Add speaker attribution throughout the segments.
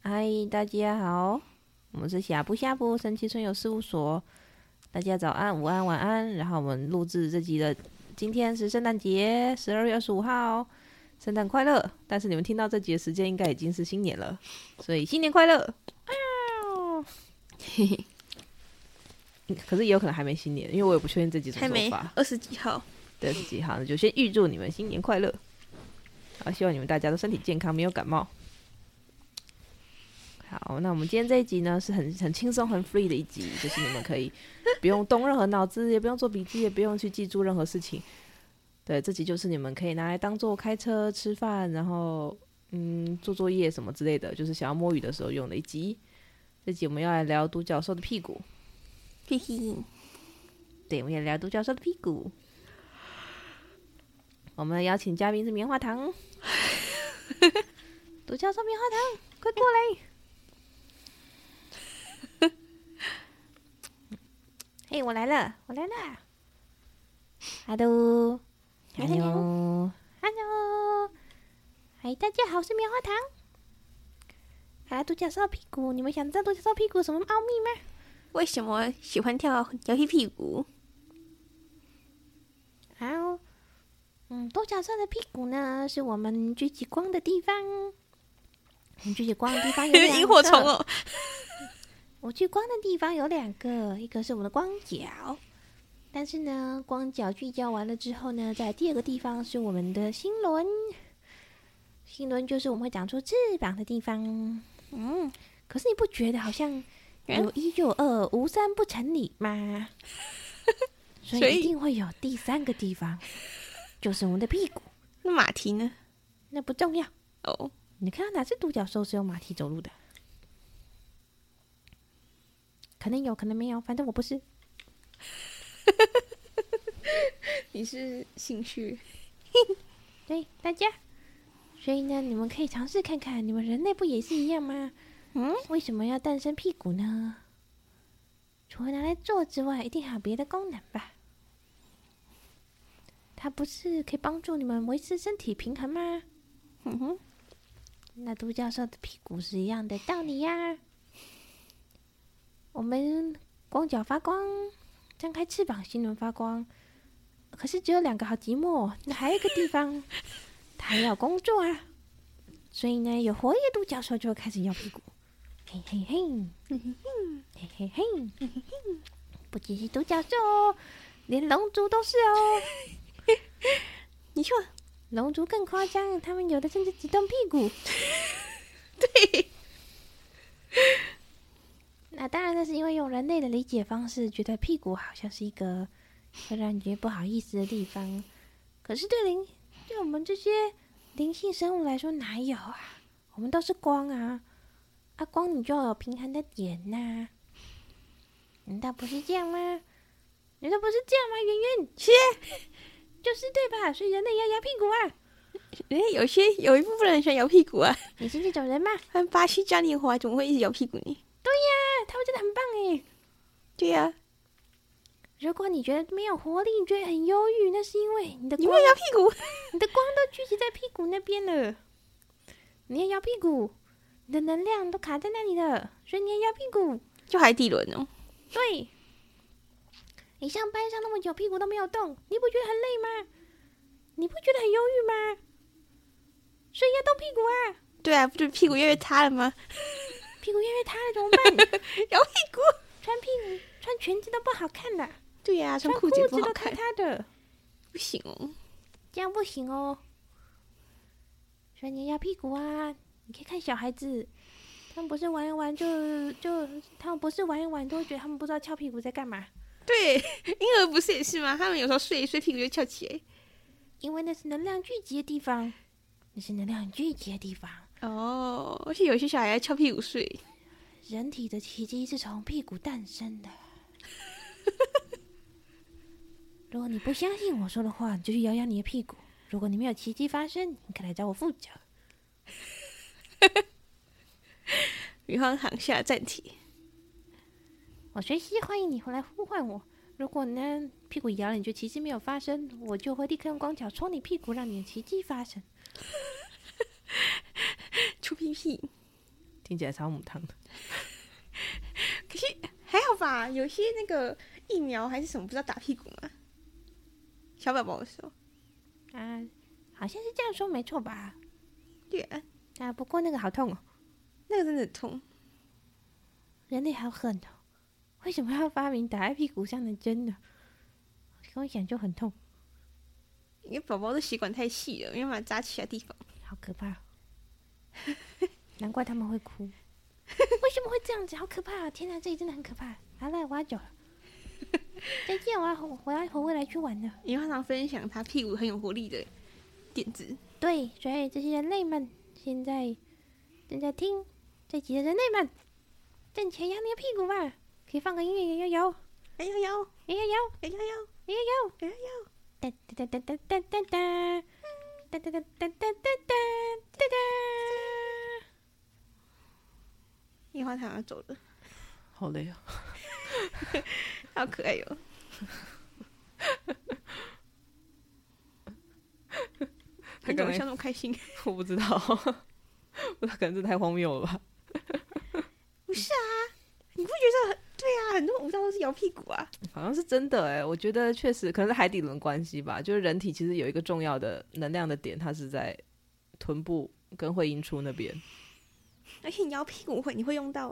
Speaker 1: 嗨，大家好，我们是呷不呷不神奇村有事务所，大家早安、午安、晚安。然后我们录制这集的今天是圣诞节，十二月二十五号，圣诞快乐！但是你们听到这集的时间应该已经是新年了，所以新年快乐！
Speaker 2: 嘿嘿，
Speaker 1: 嗯 可是也有可能还没新年，因为我也不确定这集怎
Speaker 2: 还
Speaker 1: 么
Speaker 2: 没
Speaker 1: 做法。
Speaker 2: 二十几号，
Speaker 1: 对，这集好，那就先预祝你们新年快乐。好，希望你们大家都身体健康，没有感冒。好，那我们今天这一集呢是很很轻松、很 free 的一集，就是你们可以不用动任何脑子，也不用做笔记，也不用去记住任何事情。对，这集就是你们可以拿来当做开车、吃饭，然后嗯做作业什么之类的，就是想要摸鱼的时候用的一集。这集我们要来聊独角兽的屁股，
Speaker 2: 嘿嘿，
Speaker 1: 对，我们也聊独角兽的屁股。我们邀请嘉宾是棉 花糖，独角兽棉花糖，快过来！嘿，我来了，我来了！哈喽，
Speaker 3: 哎
Speaker 1: 哈
Speaker 2: 来了
Speaker 3: 哦
Speaker 1: 喽，哈喽！嗨，大家好，我是棉花糖。啊，独角兽屁股，你们想知道独角兽屁股有什么奥秘吗？
Speaker 2: 为什么喜欢跳摇屁屁股？
Speaker 1: 好，嗯，独角兽的屁股呢，是我们聚集光的地方。我们聚集光的地方有两 个，
Speaker 2: 萤火虫哦，
Speaker 1: 我聚光的地方有两个，一个是我们的光脚，但是呢，光脚聚焦完了之后呢，在第二个地方是我们的心轮，心轮就是我们会长出翅膀的地方。嗯，可是你不觉得好像
Speaker 2: 嗯
Speaker 1: 有一就有二，无三不成理 吗？所
Speaker 2: 所
Speaker 1: 以
Speaker 2: 以
Speaker 1: 一定会有第三个地方，就是我们的屁股，
Speaker 2: 那马蹄呢？
Speaker 1: 那不重要。
Speaker 2: 哦，
Speaker 1: 你看到哪只独角兽是用马蹄走路的？可能有可能没有，反正我不是。
Speaker 2: 你是兴趣？
Speaker 1: 对大家，所以呢，你们可以尝试看看，你们人类不也是一样吗？
Speaker 2: 嗯，
Speaker 1: 为什么要诞生屁股呢？除了拿来坐之外，一定还有别的功能吧？它不是可以帮助你们维持身体平衡吗？
Speaker 2: 嗯哼，
Speaker 1: 那独角兽的屁股是一样的道理呀。我们光脚发光，张开翅膀，心轮发光。可是只有两个，好寂寞哦。那还有一个地方，它还要工作啊。所以呢，有活跃独角兽就会开始摇屁股，嘿嘿嘿，嘿嘿嘿，不只是独角兽哦，连龙族都是哦。
Speaker 2: 你说
Speaker 1: 龙族更夸张，他们有的甚至只动屁股。
Speaker 2: 对，
Speaker 1: 那当然，那是因为用人类的理解方式，觉得屁股好像是一个会让你觉得不好意思的地方。可是对灵，对我们这些灵性生物来说，哪有啊？我们都是光啊，啊光你就要有平衡的点呐、难道不是这样吗？难道不是这样吗？圆圆，切，就是对吧？所以人类要摇屁股啊！
Speaker 2: 人家有些有一部分人喜欢摇屁股啊，
Speaker 1: 你是这种人吗？
Speaker 2: 他们巴西嘉年华怎么会一直摇屁股呢？
Speaker 1: 对呀、他们真的很棒哎。
Speaker 2: 对呀、
Speaker 1: 如果你觉得没有活力，你觉得很忧郁，那是因为你的
Speaker 2: 你
Speaker 1: 光
Speaker 2: 会，摇屁股？
Speaker 1: 你的光都聚集在屁股那边了。你要摇屁股，你的能量都卡在那里了，所以你要摇屁股。
Speaker 2: 就海底轮哦，
Speaker 1: 对，你上班上那么久，屁股都没有动，你不觉得很累吗？你不觉得很忧郁吗？所以要动屁股啊！
Speaker 2: 对啊，不是屁股越来越塌了吗？
Speaker 1: 屁股越来越塌了怎么 办？
Speaker 2: 摇屁股？
Speaker 1: 穿屁股、穿裙子都不好看了，
Speaker 2: 对呀、穿
Speaker 1: 穿
Speaker 2: 裤
Speaker 1: 裤
Speaker 2: 子也
Speaker 1: 子
Speaker 2: 不好
Speaker 1: 都
Speaker 2: 看
Speaker 1: 塌，塌的。
Speaker 2: 不行哦。
Speaker 1: 这样不行哦。所以你要屁股啊！你可以看小孩子，他们不是玩一玩就就，他们不是玩一玩都会觉得他们不知道翘屁股在干嘛，
Speaker 2: 对，婴儿不是也是吗？他们有时候睡一睡，屁股就翘起来。
Speaker 1: 因为那是能量聚集的地方，那是能量聚集的地方。
Speaker 2: 哦，而且有些小孩还翘屁股睡，
Speaker 1: 人体的奇迹是从屁股诞生的。如果你不相信我说的话，你就去摇摇你的屁股。如果你没有奇迹发生，你可来找我负责。
Speaker 2: 宇航航下暂停。
Speaker 1: 我随时欢迎你回来呼唤我。如果呢屁股摇了，你觉得奇迹没有发生，我就会立刻用光脚戳你屁股，让你的奇迹发生。
Speaker 2: 出屁屁，
Speaker 3: 听起来超母汤的。
Speaker 2: 还好吧？有些那个疫苗还是什么，不知道打屁股吗？小宝宝的时候，
Speaker 1: 啊，好像是这样说没错吧？
Speaker 2: 对啊，
Speaker 1: 啊，不过那个好痛哦，
Speaker 2: 那个真的很痛。
Speaker 1: 人类好狠哦，为什么要发明打在屁股上的针呢？光想就很痛，
Speaker 2: 因为宝宝的血管太细了，没办法扎其他地方。
Speaker 1: 好可怕哦、 难怪他们会哭。为什么会这样子？好可怕、啊！天哪，这里真的很可怕。好了，我要走了， 再见，我要回我要回未来去玩了。
Speaker 2: 因为他常分享他屁股很有活力的点子，
Speaker 1: 对，所以这些人类们现在正在听这集的人类们，站起来摇你的屁股吧，可以放个音乐摇摇摇，
Speaker 2: 哎呦呦，
Speaker 1: 摇摇摇，
Speaker 2: 哎呦呦，
Speaker 1: 摇
Speaker 2: 哎
Speaker 1: 摇摇，
Speaker 2: 呦呦，
Speaker 1: 哒哒哒哒哒哒哒哒哒哒哒哒哒哒哒哒。
Speaker 2: 樱花糖要走了，
Speaker 3: 好累啊！
Speaker 2: 好可爱哟、哦！
Speaker 3: 他
Speaker 2: 你
Speaker 3: 刚
Speaker 2: 怎么
Speaker 3: 才
Speaker 2: 笑那么开心？
Speaker 3: 我不知道， 不知道可能是太荒谬了吧？
Speaker 2: 不是啊，你不觉得很对啊？很多舞蹈都是摇屁股啊，
Speaker 3: 好像是真的哎，我觉得确实可能是海底轮关系吧，就是人体其实有一个重要的能量的点，它是在臀部跟会阴处那边。
Speaker 2: 而且你摇屁股会你会用到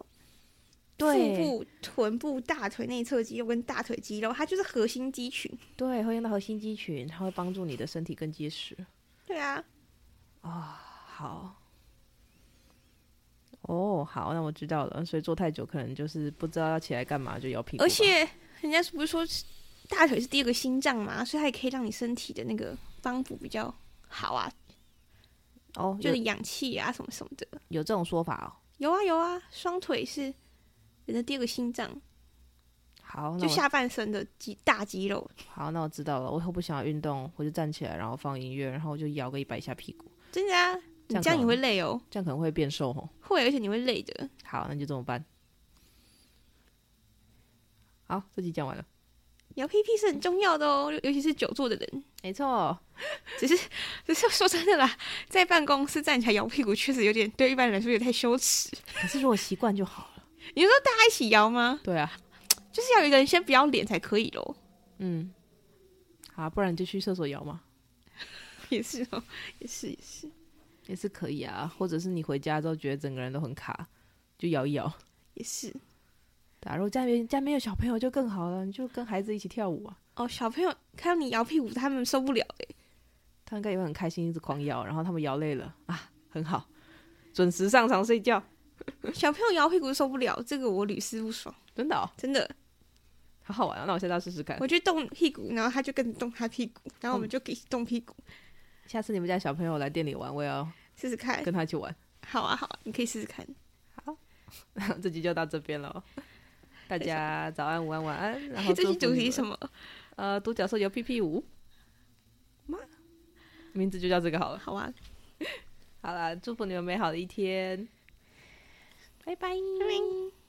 Speaker 2: 腹
Speaker 3: 对
Speaker 2: 部、臀部、大腿内侧肌肉跟大腿肌肉，它就是核心肌群。
Speaker 3: 对，会用到核心肌群，它会帮助你的身体更结实。
Speaker 2: 对啊，
Speaker 3: 好，哦，好，那我知道了。所以坐太久，可能就是不知道要起来干嘛，就摇屁股吧。
Speaker 2: 而且人家是不是说大腿是第二个心脏嘛，所以它也可以让你身体的那个帮补比较好啊，
Speaker 3: 哦，
Speaker 2: 就
Speaker 3: 有
Speaker 2: 是氧气啊什么什么的。
Speaker 3: 有这种说法哦。
Speaker 2: 有啊有啊，双腿是人的第二个心脏，
Speaker 3: 好，那
Speaker 2: 就
Speaker 3: 我
Speaker 2: 下半身的肌大肌肉。
Speaker 3: 好，那我知道了。我以后不想要运动，我就站起来，然后放音乐，然后我就摇个一百下屁股，
Speaker 2: 真的啊，
Speaker 3: 这
Speaker 2: 你这
Speaker 3: 样
Speaker 2: 样
Speaker 3: 干
Speaker 2: 你
Speaker 3: 嘛
Speaker 2: 会累哦，
Speaker 3: 这样可能会变瘦哦。
Speaker 2: 会，而且你会累的。
Speaker 3: 好，那就这么办。好，这集讲完了。
Speaker 2: 摇屁屁是很重要的哦，尤其是久坐的人。
Speaker 3: 没错，
Speaker 2: 只是说真的啦，在办公室站起来摇屁股，确实有点对一般人来说有点太羞耻。
Speaker 3: 可是如果习惯就好了。
Speaker 2: 你说大家一起摇吗？
Speaker 3: 对啊，
Speaker 2: 就是要有一个人先不要脸才可以咯。
Speaker 3: 嗯，好，不然你就去厕所摇嘛，
Speaker 2: 也是哦，也是也是。
Speaker 3: 也是可以啊。或者是你回家之后觉得整个人都很卡，就摇一摇。
Speaker 2: 也是
Speaker 3: 对啊，如果家里面家里面有小朋友就更好了，你就跟孩子一起跳舞啊，
Speaker 2: 哦，小朋友看到你摇屁股，他们受不了哎、
Speaker 3: 他应该也会很开心，一直狂摇。然后他们摇累了啊，很好，准时上床睡觉，
Speaker 2: 小朋友摇屁股受不了，这个我屡试不爽，
Speaker 3: 真的、哦、
Speaker 2: 真的。
Speaker 3: 好好玩啊！那我下次要试试看
Speaker 2: 我。去动屁股，然后他就跟着动他屁股，然
Speaker 3: 嗯
Speaker 2: 后我们就一起动屁股，
Speaker 3: 下次你们家小朋友来店里玩，我也要
Speaker 2: 试试看。
Speaker 3: 跟他一起玩。
Speaker 2: 好啊，好啊，你可以试试看。
Speaker 3: 这集就到这边了，哦大家早安、午安、晚安。然后
Speaker 2: 这
Speaker 3: 祝
Speaker 2: 期
Speaker 3: 福
Speaker 2: 主
Speaker 3: 你
Speaker 2: 题
Speaker 3: 们
Speaker 2: 什么？
Speaker 3: 呃，独角兽有屁屁舞，妈，名字就叫这个好了。
Speaker 2: 好啊，
Speaker 3: 好啦，祝福你们美好的一天。
Speaker 1: 拜拜。
Speaker 2: 拜拜